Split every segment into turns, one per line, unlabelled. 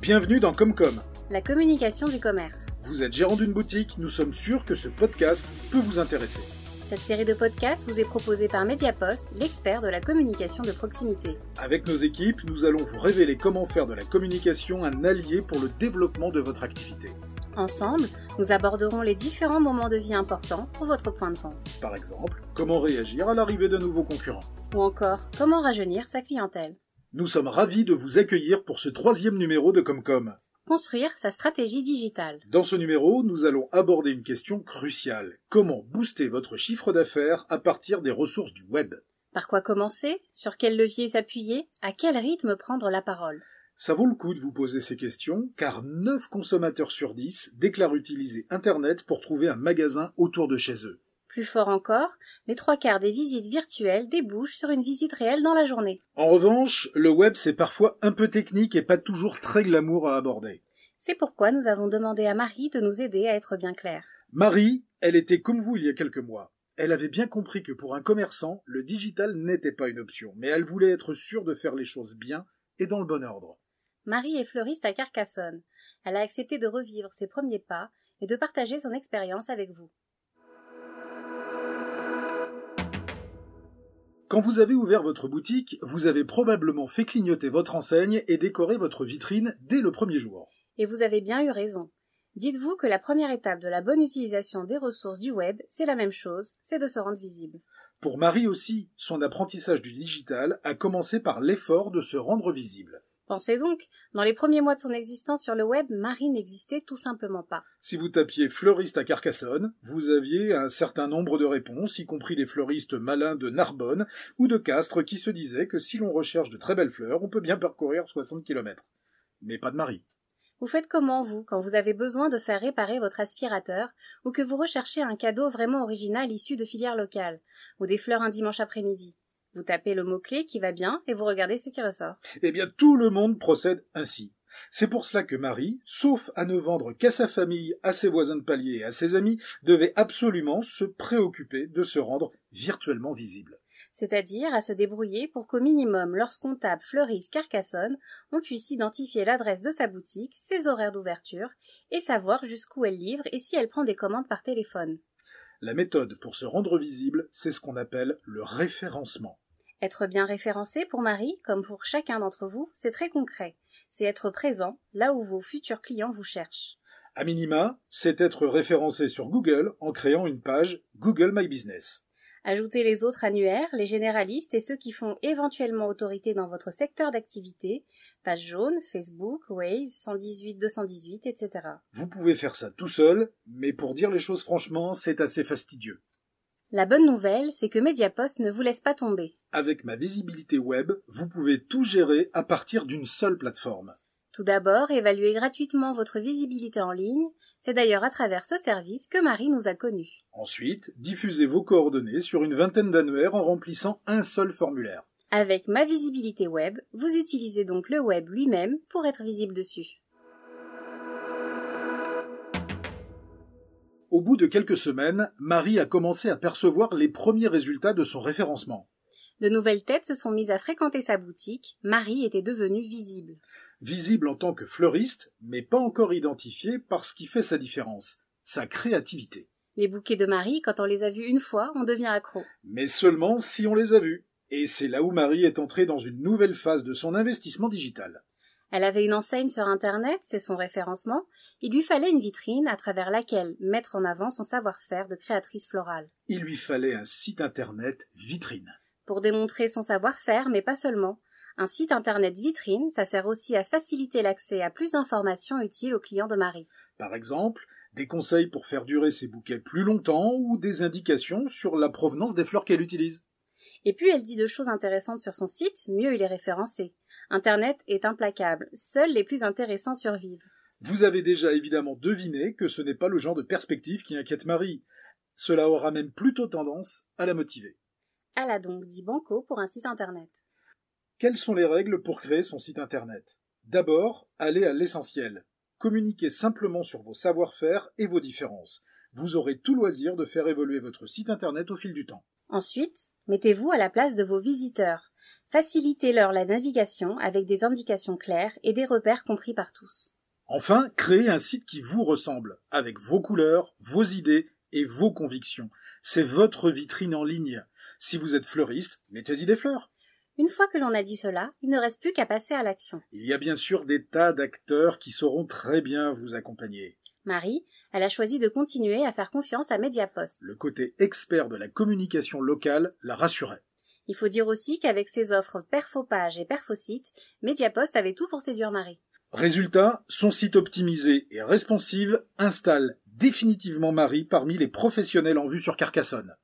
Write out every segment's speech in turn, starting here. Bienvenue dans Comcom.
La communication du commerce.
Vous êtes gérant d'une boutique, nous sommes sûrs que ce podcast peut vous intéresser.
Cette série de podcasts vous est proposée par Mediapost, l'expert de la communication de proximité.
Avec nos équipes, nous allons vous révéler comment faire de la communication un allié pour le développement de votre activité.
Ensemble, nous aborderons les différents moments de vie importants pour votre point de vente.
Par exemple, comment réagir à l'arrivée d'un nouveau concurrent.
Ou encore, comment rajeunir sa clientèle.
Nous sommes ravis de vous accueillir pour ce troisième numéro de Comcom.
Construire sa stratégie digitale.
Dans ce numéro, nous allons aborder une question cruciale. Comment booster votre chiffre d'affaires à partir des ressources du web
Par quoi commencer Sur quel levier s'appuyer À quel rythme prendre la parole
Ça vaut le coup de vous poser ces questions, car 9 consommateurs sur 10 déclarent utiliser Internet pour trouver un magasin autour de chez eux.
Plus fort encore, les trois quarts des visites virtuelles débouchent sur une visite réelle dans la journée.
En revanche, le web c'est parfois un peu technique et pas toujours très glamour à aborder.
C'est pourquoi nous avons demandé à Marie de nous aider à être bien clair.
Marie, elle était comme vous il y a quelques mois. Elle avait bien compris que pour un commerçant, le digital n'était pas une option, mais elle voulait être sûre de faire les choses bien et dans le bon ordre.
Marie est fleuriste à Carcassonne. Elle a accepté de revivre ses premiers pas et de partager son expérience avec vous.
Quand vous avez ouvert votre boutique, vous avez probablement fait clignoter votre enseigne et décoré votre vitrine dès le premier jour.
Et vous avez bien eu raison. Dites-vous que la première étape de la bonne utilisation des ressources du web, c'est la même chose, c'est de se rendre visible.
Pour Marie aussi, son apprentissage du digital a commencé par l'effort de se rendre visible.
Pensez donc, dans les premiers mois de son existence sur le web, Marie n'existait tout simplement pas.
Si vous tapiez fleuriste à Carcassonne, vous aviez un certain nombre de réponses, y compris des fleuristes malins de Narbonne ou de Castres qui se disaient que si l'on recherche de très belles fleurs, on peut bien parcourir 60 kilomètres. Mais pas de Marie.
Vous faites comment, vous, quand vous avez besoin de faire réparer votre aspirateur, ou que vous recherchez un cadeau vraiment original issu de filières locales, ou des fleurs un dimanche après-midi Vous tapez le mot-clé qui va bien et vous regardez ce qui ressort.
Eh bien, tout le monde procède ainsi. C'est pour cela que Marie, sauf à ne vendre qu'à sa famille, à ses voisins de palier et à ses amis, devait absolument se préoccuper de se rendre virtuellement visible.
C'est-à-dire à se débrouiller pour qu'au minimum, lorsqu'on tape Fleuris Carcassonne, on puisse identifier l'adresse de sa boutique, ses horaires d'ouverture, et savoir jusqu'où elle livre et si elle prend des commandes par téléphone.
La méthode pour se rendre visible, c'est ce qu'on appelle le référencement.
Être bien référencé pour Marie, comme pour chacun d'entre vous, c'est très concret. C'est être présent là où vos futurs clients vous cherchent.
A minima, c'est être référencé sur Google en créant une page Google My Business.
Ajoutez les autres annuaires, les généralistes et ceux qui font éventuellement autorité dans votre secteur d'activité, page jaune, Facebook, Waze, 118, 218, etc.
Vous pouvez faire ça tout seul, mais pour dire les choses franchement, c'est assez fastidieux.
La bonne nouvelle, c'est que Mediapost ne vous laisse pas tomber.
Avec ma visibilité web, vous pouvez tout gérer à partir d'une seule plateforme.
Tout d'abord, évaluez gratuitement votre visibilité en ligne. C'est d'ailleurs à travers ce service que Marie nous a connus.
Ensuite, diffusez vos coordonnées sur une vingtaine d'annuaires en remplissant un seul formulaire.
Avec Ma Visibilité Web, vous utilisez donc le web lui-même pour être visible dessus.
Au bout de quelques semaines, Marie a commencé à percevoir les premiers résultats de son référencement.
De nouvelles têtes se sont mises à fréquenter sa boutique. Marie était devenue visible.
Visible en tant que fleuriste, mais pas encore identifiée par ce qui fait sa différence, sa créativité.
Les bouquets de Marie, quand on les a vus une fois, on devient accro.
Mais seulement si on les a vus. Et c'est là où Marie est entrée dans une nouvelle phase de son investissement digital.
Elle avait une enseigne sur Internet, c'est son référencement. Il lui fallait une vitrine à travers laquelle mettre en avant son savoir-faire de créatrice florale.
Il lui fallait un site internet vitrine.
pour démontrer son savoir-faire, mais pas seulement. Un site internet vitrine, ça sert aussi à faciliter l'accès à plus d'informations utiles aux clients de Marie.
Par exemple, des conseils pour faire durer ses bouquets plus longtemps ou des indications sur la provenance des fleurs qu'elle utilise.
Et puis elle dit de choses intéressantes sur son site, mieux il est référencé. Internet est implacable, seuls les plus intéressants survivent.
Vous avez déjà évidemment deviné que ce n'est pas le genre de perspective qui inquiète Marie. Cela aura même plutôt tendance à la motiver.
Elle a donc dit banco pour un site internet.
Quelles sont les règles pour créer son site internet D'abord, allez à l'essentiel. Communiquez simplement sur vos savoir-faire et vos différences. Vous aurez tout loisir de faire évoluer votre site internet au fil du temps.
Ensuite, mettez-vous à la place de vos visiteurs. Facilitez-leur la navigation avec des indications claires et des repères compris par tous.
Enfin, créez un site qui vous ressemble, avec vos couleurs, vos idées et vos convictions. C'est votre vitrine en ligne. Si vous êtes fleuriste, mettez-y des fleurs.
Une fois que l'on a dit cela, il ne reste plus qu'à passer à l'action.
Il y a bien sûr des tas d'acteurs qui sauront très bien vous accompagner.
Marie, elle a choisi de continuer à faire confiance à Mediapost.
Le côté expert de la communication locale la rassurait.
Il faut dire aussi qu'avec ses offres Perfopage et Perfosite, Mediapost avait tout pour séduire Marie.
Résultat, son site optimisé et responsive installe définitivement Marie parmi les professionnels en vue sur Carcassonne.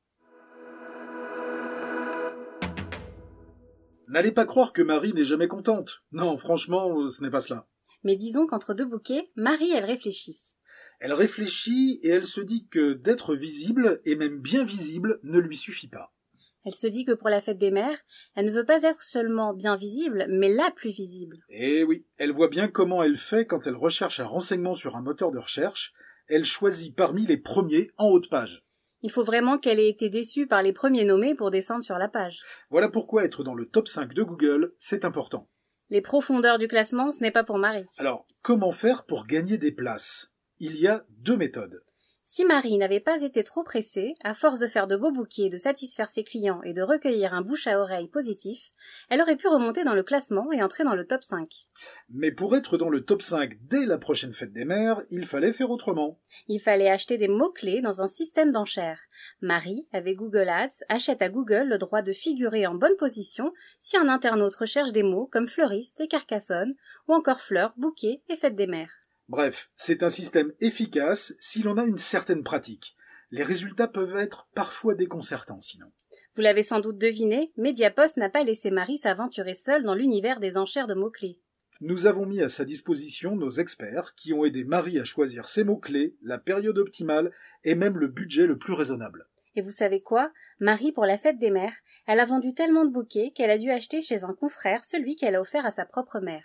N'allez pas croire que Marie n'est jamais contente. Non, franchement, euh, ce n'est pas cela.
Mais disons qu'entre deux bouquets, Marie, elle réfléchit.
Elle réfléchit et elle se dit que d'être visible, et même bien visible, ne lui suffit pas.
Elle se dit que pour la fête des mères, elle ne veut pas être seulement bien visible, mais la plus visible.
Eh oui, elle voit bien comment elle fait quand elle recherche un renseignement sur un moteur de recherche. Elle choisit parmi les premiers en haut de page.
Il faut vraiment qu'elle ait été déçue par les premiers nommés pour descendre sur la page.
Voilà pourquoi être dans le top 5 de Google, c'est important.
Les profondeurs du classement, ce n'est pas pour Marie.
Alors, comment faire pour gagner des places Il y a deux méthodes.
Si Marie n'avait pas été trop pressée, à force de faire de beaux bouquets, de satisfaire ses clients et de recueillir un bouche à oreille positif, elle aurait pu remonter dans le classement et entrer dans le top 5.
Mais pour être dans le top 5 dès la prochaine fête des mères, il fallait faire autrement.
Il fallait acheter des mots-clés dans un système d'enchères. Marie, avec Google Ads, achète à Google le droit de figurer en bonne position si un internaute recherche des mots comme fleuriste et carcassonne, ou encore fleurs, bouquets et fête des mères.
Bref, c'est un système efficace si l'on a une certaine pratique. Les résultats peuvent être parfois déconcertants sinon.
Vous l'avez sans doute deviné, Mediapost n'a pas laissé Marie s'aventurer seule dans l'univers des enchères de mots-clés.
Nous avons mis à sa disposition nos experts qui ont aidé Marie à choisir ses mots-clés, la période optimale et même le budget le plus raisonnable.
Et vous savez quoi Marie, pour la fête des mères, elle a vendu tellement de bouquets qu'elle a dû acheter chez un confrère celui qu'elle a offert à sa propre mère.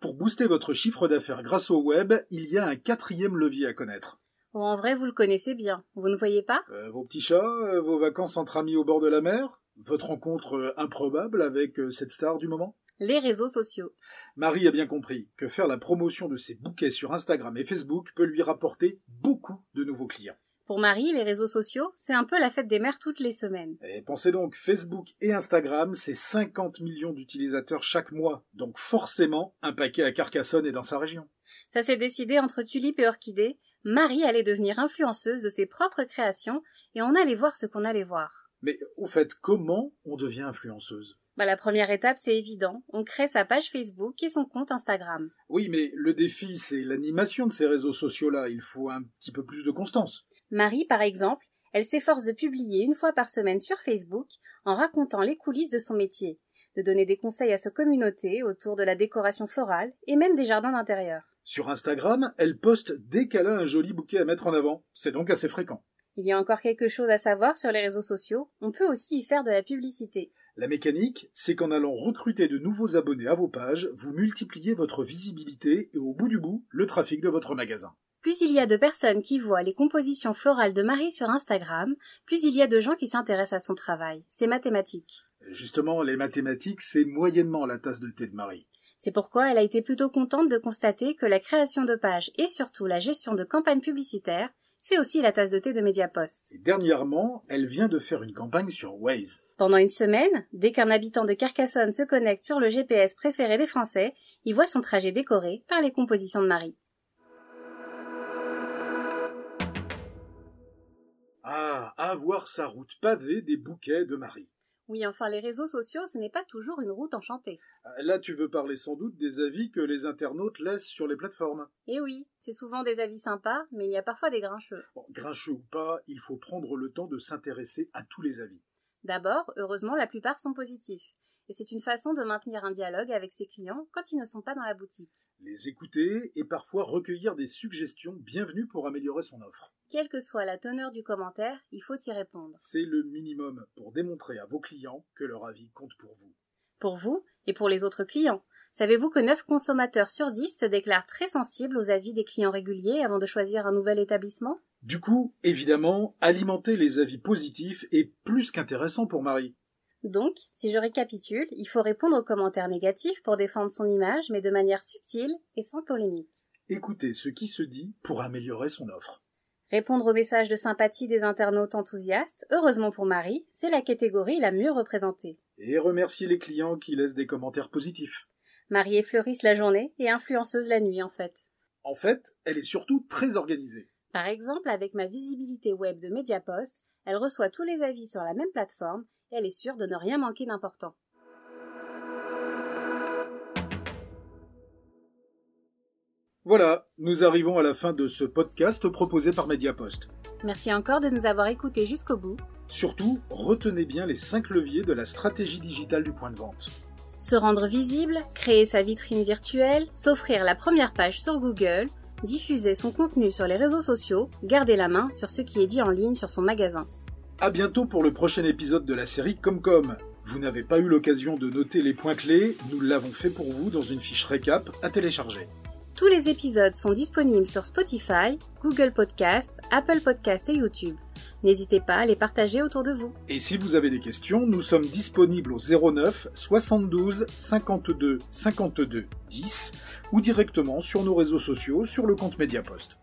Pour booster votre chiffre d'affaires grâce au web, il y a un quatrième levier à connaître.
Oh, en vrai, vous le connaissez bien. Vous ne voyez pas
Euh, vos petits chats, euh, vos vacances entre amis au bord de la mer, votre rencontre euh, improbable avec euh, cette star du moment.
Les réseaux sociaux.
Marie a bien compris que faire la promotion de ses bouquets sur Instagram et Facebook peut lui rapporter beaucoup de nouveaux clients.
Pour Marie, les réseaux sociaux, c'est un peu la fête des mères toutes les semaines.
Et pensez donc, Facebook et Instagram, c'est 50 millions d'utilisateurs chaque mois, donc forcément un paquet à Carcassonne et dans sa région.
Ça s'est décidé entre tulipes et orchidées. Marie allait devenir influenceuse de ses propres créations et on allait voir ce qu'on allait voir.
Mais au fait, comment on devient influenceuse
Bah, la première étape, c'est évident. On crée sa page Facebook et son compte Instagram.
Oui, mais le défi, c'est l'animation de ces réseaux sociaux-là. Il faut un petit peu plus de constance.
Marie, par exemple, elle s'efforce de publier une fois par semaine sur Facebook en racontant les coulisses de son métier, de donner des conseils à sa communauté autour de la décoration florale et même des jardins d'intérieur.
Sur Instagram, elle poste dès qu'elle a un joli bouquet à mettre en avant. C'est donc assez fréquent.
Il y a encore quelque chose à savoir sur les réseaux sociaux, on peut aussi y faire de la publicité.
La mécanique, c'est qu'en allant recruter de nouveaux abonnés à vos pages, vous multipliez votre visibilité et au bout du bout, le trafic de votre magasin.
Plus il y a de personnes qui voient les compositions florales de Marie sur Instagram, plus il y a de gens qui s'intéressent à son travail. C'est mathématique.
Justement, les mathématiques, c'est moyennement la tasse de thé de Marie.
C'est pourquoi elle a été plutôt contente de constater que la création de pages et surtout la gestion de campagnes publicitaires, c'est aussi la tasse de thé de Mediapost.
Et dernièrement, elle vient de faire une campagne sur Waze.
Pendant une semaine, dès qu'un habitant de Carcassonne se connecte sur le GPS préféré des Français, il voit son trajet décoré par les compositions de Marie.
Ah, avoir sa route pavée des bouquets de Marie.
Oui, enfin les réseaux sociaux, ce n'est pas toujours une route enchantée.
Euh, Là, tu veux parler sans doute des avis que les internautes laissent sur les plateformes.
Eh oui, c'est souvent des avis sympas, mais il y a parfois des grincheux.
Bon, grincheux ou pas, il faut prendre le temps de s'intéresser à tous les avis.
D'abord, heureusement, la plupart sont positifs. Et c'est une façon de maintenir un dialogue avec ses clients quand ils ne sont pas dans la boutique.
Les écouter et parfois recueillir des suggestions bienvenues pour améliorer son offre.
Quelle que soit la teneur du commentaire, il faut y répondre.
C'est le minimum pour démontrer à vos clients que leur avis compte pour vous.
Pour vous et pour les autres clients. Savez-vous que 9 consommateurs sur 10 se déclarent très sensibles aux avis des clients réguliers avant de choisir un nouvel établissement
Du coup, évidemment, alimenter les avis positifs est plus qu'intéressant pour Marie.
Donc, si je récapitule, il faut répondre aux commentaires négatifs pour défendre son image, mais de manière subtile et sans polémique.
Écoutez ce qui se dit pour améliorer son offre.
Répondre aux messages de sympathie des internautes enthousiastes, heureusement pour Marie, c'est la catégorie la mieux représentée.
Et remercier les clients qui laissent des commentaires positifs.
Marie est fleuriste la journée et influenceuse la nuit en fait.
En fait, elle est surtout très organisée.
Par exemple, avec ma visibilité web de Mediapost, elle reçoit tous les avis sur la même plateforme et elle est sûre de ne rien manquer d'important.
Voilà, nous arrivons à la fin de ce podcast proposé par Mediapost.
Merci encore de nous avoir écoutés jusqu'au bout.
Surtout, retenez bien les cinq leviers de la stratégie digitale du point de vente.
Se rendre visible, créer sa vitrine virtuelle, s'offrir la première page sur Google, diffuser son contenu sur les réseaux sociaux, garder la main sur ce qui est dit en ligne sur son magasin.
À bientôt pour le prochain épisode de la série Comcom. Vous n'avez pas eu l'occasion de noter les points clés, nous l'avons fait pour vous dans une fiche récap à télécharger.
Tous les épisodes sont disponibles sur Spotify, Google Podcast, Apple Podcast et YouTube. N'hésitez pas à les partager autour de vous.
Et si vous avez des questions, nous sommes disponibles au 09 72 52 52 10 ou directement sur nos réseaux sociaux sur le compte Mediapost.